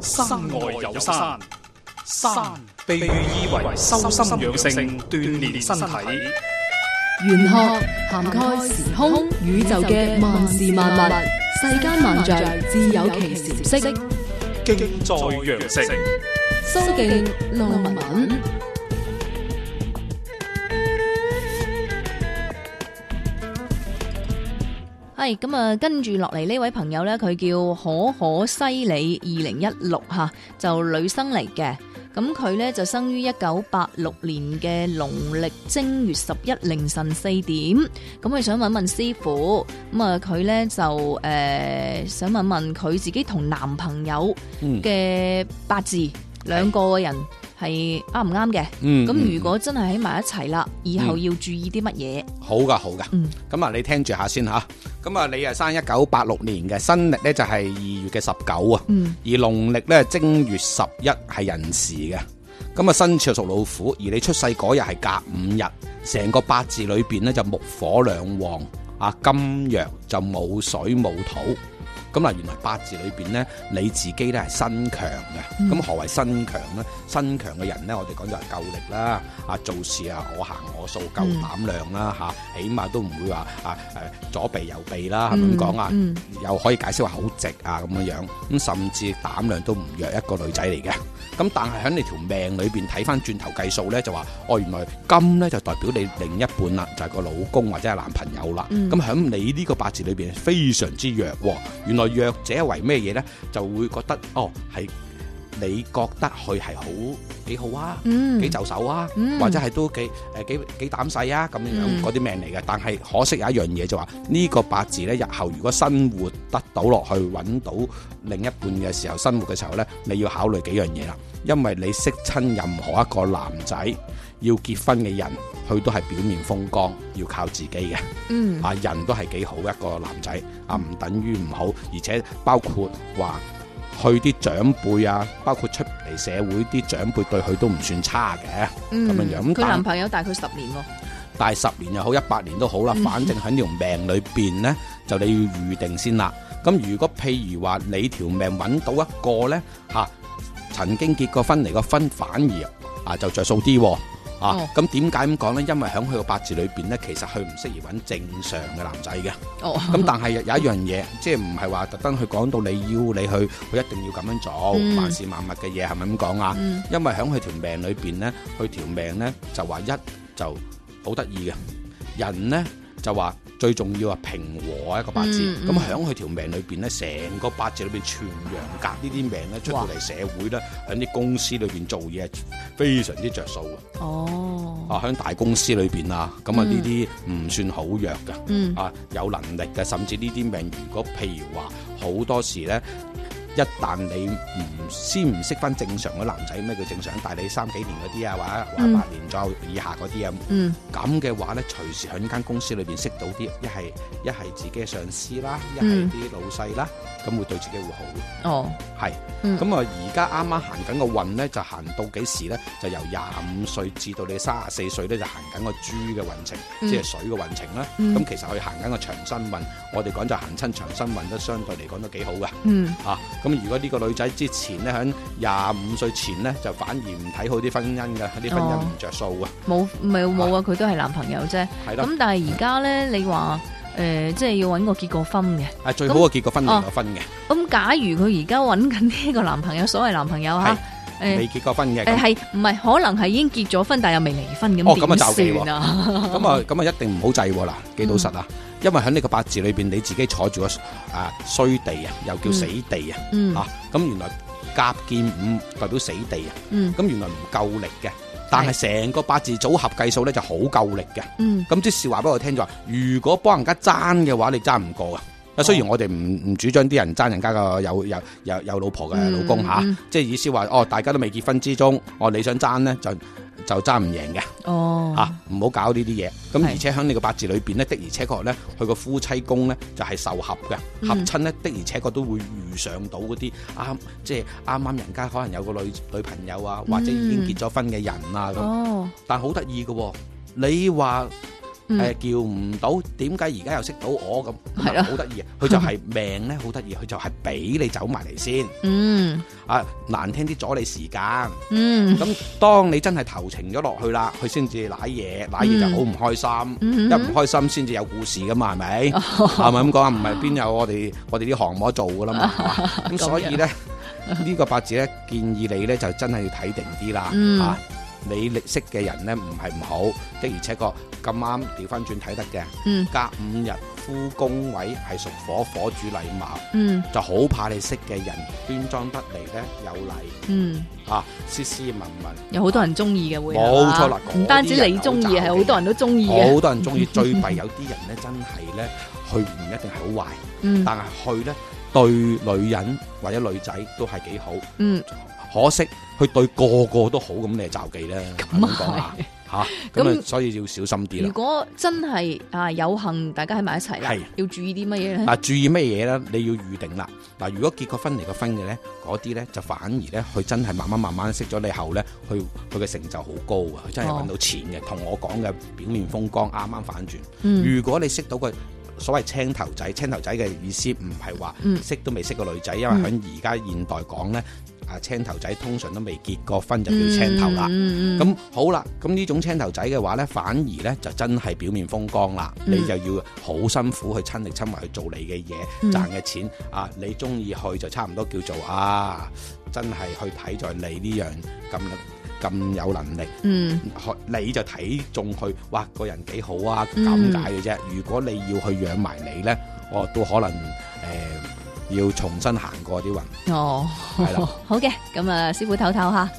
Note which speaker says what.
Speaker 1: 山外有山，山被喻意為修心養性、鍛煉身體。
Speaker 2: 玄學涵蓋時空宇宙嘅萬事萬物，世間萬象自有其時色。
Speaker 1: 敬在羊城，
Speaker 2: 蘇敬路文。係咁啊，跟住落嚟呢位朋友呢，佢叫可可西里二零一六嚇，就女生嚟嘅。咁佢呢，就生於一九八六年嘅農曆正月十一凌晨四點。咁佢想問問師傅，咁啊佢呢，就誒、呃想問問佢自己同男朋友
Speaker 3: 嗯
Speaker 2: 嘅八字，兩個嘅人係啱唔啱嘅？
Speaker 3: 嗯
Speaker 2: 咁、
Speaker 3: 嗯
Speaker 2: 如果真係喺埋一齊啦，以後
Speaker 3: 嗯
Speaker 2: 要注意啲乜嘢？
Speaker 3: 好噶，好噶。
Speaker 2: 嗯
Speaker 3: 咁啊，你聽住下先吓。咁啊，你啊生一九八六年嘅，新歷咧就係二月嘅十九啊，
Speaker 2: 嗯。
Speaker 3: 而農曆咧正月十一係人時嘅。咁啊，生肖屬老虎，而你出世嗰日係隔五日，成個八字裏邊咧就木火兩旺啊，金弱就冇水冇土。咁嗱，原來八字裏邊咧，你自己咧係身強嘅。咁、何謂身強咧？身強嘅人咧，我哋講就係夠力啦，啊做事啊我行我素，夠膽量啦嚇、起碼都唔會話啊誒左避右避啦，係咪咁講啊？
Speaker 2: 嗯
Speaker 3: 又可以解釋話口直啊咁樣樣，咁甚至膽量都唔弱一個女仔嚟嘅。咁但係喺你條命裏邊睇翻轉頭計數咧，就話哦原來金咧就代表你另一半啦，就係、個老公或者係男朋友啦。
Speaker 2: 嗯
Speaker 3: 咁喺、你呢個八字裏邊係非常之弱喎、原來弱者為咩嘢咧？就會覺得哦係你覺得佢係好幾好啊。
Speaker 2: 嗯
Speaker 3: 幾就手啊，
Speaker 2: 嗯
Speaker 3: 或者係都幾誒幾幾膽細啊咁樣
Speaker 2: 嗯
Speaker 3: 樣嗰啲命嚟嘅。但係可惜有一樣嘢就話呢個八字咧，日後如果生活得到落去揾到另一半嘅時候，生活嘅時候咧，你要考慮幾樣嘢啦。因為你識親任何一個男仔要結婚嘅人，佢都係表面風光，要靠自己嘅。
Speaker 2: 嗯
Speaker 3: 啊，人都係幾好一個男仔啊，唔等於唔好，而且包括話去啲長輩啊，包括出嚟社會啲長輩對佢都唔算差嘅，
Speaker 2: 嗯
Speaker 3: 咁樣樣咁
Speaker 2: 佢
Speaker 3: 但
Speaker 2: 男朋友大概十年喎。
Speaker 3: 但係十年又好，一百年都好啦，
Speaker 2: 嗯
Speaker 3: 反正喺條命裏邊呢，就你要預定先啦。咁如果譬如話你條命揾到一個呢，嚇、曾經結過婚離過婚，反而啊就着數啲喎。啊
Speaker 2: 哦，
Speaker 3: 咁點解咁講呢？因為喺佢個八字裏邊呢，其實佢唔適宜揾正常嘅男仔嘅。
Speaker 2: 哦，
Speaker 3: 咁但係有一樣嘢，即係唔係話特登去講到你要你去，佢一定要咁樣做，
Speaker 2: 嗯
Speaker 3: 萬事萬物嘅嘢係咪咁講啊？
Speaker 2: 嗯
Speaker 3: 因為喺佢條命裏邊呢，佢條命呢就話一就好得意嘅，人呢就話最重要啊平和一個八字
Speaker 2: 嗯。嗯
Speaker 3: 咁喺佢條命裏邊呢，成個八字裏邊全陽格呢啲命呢，出到嚟社會呢，喺啲公司裏邊做嘢係非常之着數嘅。
Speaker 2: 哦，
Speaker 3: 啊，喺大公司裏邊啊，咁啊呢啲唔算好弱嘅。
Speaker 2: 嗯
Speaker 3: 啊有能力嘅，甚至呢啲命，如果譬如話好多時呢，一旦你唔先唔識翻正常嘅男仔，咩叫正常？大你三幾年嗰啲啊，或者
Speaker 2: 嗯
Speaker 3: 或者八年左右以下嗰啲啊，
Speaker 2: 嗯
Speaker 3: 咁嘅話呢，隨時喺間公司裏邊識到啲一係一係自己嘅上司啦，一係
Speaker 2: 嗯
Speaker 3: 啲老細啦，咁會對自己會好嘅。
Speaker 2: 哦，
Speaker 3: 係，
Speaker 2: 嗯
Speaker 3: 咁啊而家啱啱行緊個運咧，就行到幾時咧？就由廿五歲至到你三十四歲咧，就行緊個豬嘅運程，
Speaker 2: 嗯
Speaker 3: 即係水嘅運程啦。咁、
Speaker 2: 嗯
Speaker 3: 其實佢行緊個長身運，我哋講就行親長身運都相對嚟講都幾好嘅。
Speaker 2: 嗯
Speaker 3: 啊，咁如果呢個女仔之前咧，喺廿五歲前咧，就反而唔睇好啲婚姻嘅，啲婚姻
Speaker 2: 哦
Speaker 3: 唔着數嘅，
Speaker 2: 冇冇冇啊，佢都係男朋友啫。
Speaker 3: 係啦。
Speaker 2: 咁但係而家咧，你話誒，即係要揾個結過婚嘅。
Speaker 3: 啊，最好嘅結過婚
Speaker 2: 哦
Speaker 3: 離過婚嘅，
Speaker 2: 咁假如佢而家揾緊呢個男朋友，所謂男朋友吓
Speaker 3: 係，
Speaker 2: 誒
Speaker 3: 未結過婚嘅。
Speaker 2: 誒係唔係可能係已經結咗婚，但又未離婚
Speaker 3: 哦
Speaker 2: 咁
Speaker 3: 咁啊就
Speaker 2: 點
Speaker 3: 忌喎
Speaker 2: 算啊？
Speaker 3: 咁啊，咁啊，一定唔好制喎嗱，記到實啊！
Speaker 2: 嗯
Speaker 3: 因為喺呢個八字裏邊，你自己坐住個啊衰地啊，又叫死地啊，
Speaker 2: 嗯
Speaker 3: 啊咁原來甲見五代表死地啊，
Speaker 2: 嗯
Speaker 3: 咁原來唔夠力嘅，但係成個八字組合計數咧就好夠力嘅。
Speaker 2: 嗯
Speaker 3: 咁即是話俾我聽就話，如果幫人家爭嘅話，你爭唔過噶。
Speaker 2: 哦
Speaker 3: 啊，雖然我哋唔唔主張啲人爭人家個有有有有老婆嘅
Speaker 2: 嗯
Speaker 3: 老公嚇，
Speaker 2: 嗯
Speaker 3: 即係意思話哦，大家都未結婚之中，哦你想爭呢，就就爭唔贏嘅。
Speaker 2: 哦
Speaker 3: 嚇，唔好搞呢啲嘢。咁
Speaker 2: 係
Speaker 3: 而且喺你個八字裏邊呢，的而且確呢，佢個夫妻宮呢就係受合嘅，
Speaker 2: 嗯
Speaker 3: 合親呢，的而且確都會遇上到嗰啲啱，即係啱啱人家可能有個女女朋友
Speaker 2: 嗯
Speaker 3: 啊，或者已經結咗婚嘅人啊咁。
Speaker 2: 哦
Speaker 3: 但好得意嘅喎，你話
Speaker 2: 嗯
Speaker 3: 誒叫唔到，點解而家又識到我咁？
Speaker 2: 係咯
Speaker 3: 好得意啊！佢就係命咧，好得意，佢就係俾你走埋嚟先
Speaker 2: 嗯
Speaker 3: 啊！難聽啲阻你時間。
Speaker 2: 嗯
Speaker 3: 咁當你真係投情咗落去啦，佢先至舐嘢，舐嘢就好唔開心。
Speaker 2: 嗯哦
Speaker 3: 一唔
Speaker 2: 嗯
Speaker 3: 開心先至有故事噶嘛，係咪？係咪咁講啊？唔係邊有我哋我哋啲行冇得做噶啦嘛，係 嘛咁所以咧，呢個八字咧建議你咧就真係要睇定啲啦
Speaker 2: 嗯
Speaker 3: 嚇。你識嘅人咧唔係唔好，的而且確咁啱調翻轉睇得嘅。
Speaker 2: 嗯
Speaker 3: 隔五日夫宮位係屬火，火主禮貌，
Speaker 2: 嗯
Speaker 3: 就好怕你識嘅人端莊得嚟咧有禮
Speaker 2: 嗯，
Speaker 3: 啊，斯斯文 文。
Speaker 2: 有好多人中意嘅會係嘛
Speaker 3: 冇錯啦嗰啲
Speaker 2: 唔單止你中意，
Speaker 3: 人
Speaker 2: 係好多人都中意嘅。
Speaker 3: 好多人中意，最弊有啲人咧真係咧，佢唔一定係好壞，
Speaker 2: 嗯
Speaker 3: 但係佢咧對女人或者女仔都係幾好。
Speaker 2: 嗯，
Speaker 3: 可惜佢對個個都好，咁你係詐忌咧，
Speaker 2: 咁啊
Speaker 3: 係講啊嚇，
Speaker 2: 咁
Speaker 3: 咁啊所以要小心啲
Speaker 2: 如
Speaker 3: 啦。
Speaker 2: 果真係啊有幸大家喺埋一齊啦
Speaker 3: 係，
Speaker 2: 要注意啲乜嘢咧？
Speaker 3: 嗱，注意咩嘢咧？你要預定啦。嗱，如果結過婚離過婚嘅咧，嗰啲咧就反而咧，佢真係慢慢慢慢識咗你後咧，佢佢嘅成就好高啊！佢真係
Speaker 2: 哦
Speaker 3: 揾到錢嘅，同我講嘅表面風光啱啱反轉。
Speaker 2: 嗯
Speaker 3: 如果你識到個所謂青頭仔，青頭仔嘅意思唔係話
Speaker 2: 嗯
Speaker 3: 識都未識個女仔，因為喺而家現代講呢，啊青頭仔通常都未結過婚就叫青頭啦。
Speaker 2: 嗯嗯
Speaker 3: 咁、好啦，咁呢種青頭仔嘅話呢，反而呢就真係表面風光啦，
Speaker 2: 嗯
Speaker 3: 你就要好辛苦去親力親為去做你嘅嘢，
Speaker 2: 嗯
Speaker 3: 賺嘅錢啊，你中意去就差唔多叫做啊，真係去睇在你呢樣咁咁有能力。
Speaker 2: 嗯
Speaker 3: 學你就睇中佢，哇個人幾好啊
Speaker 2: 嗯
Speaker 3: 咁解嘅啫。如果你要去養埋你呢，我都可能誒、呃要重新行過啲運。
Speaker 2: 嗯，哦，
Speaker 3: 係啦
Speaker 2: 好嘅，咁啊，師傅唞唞吓。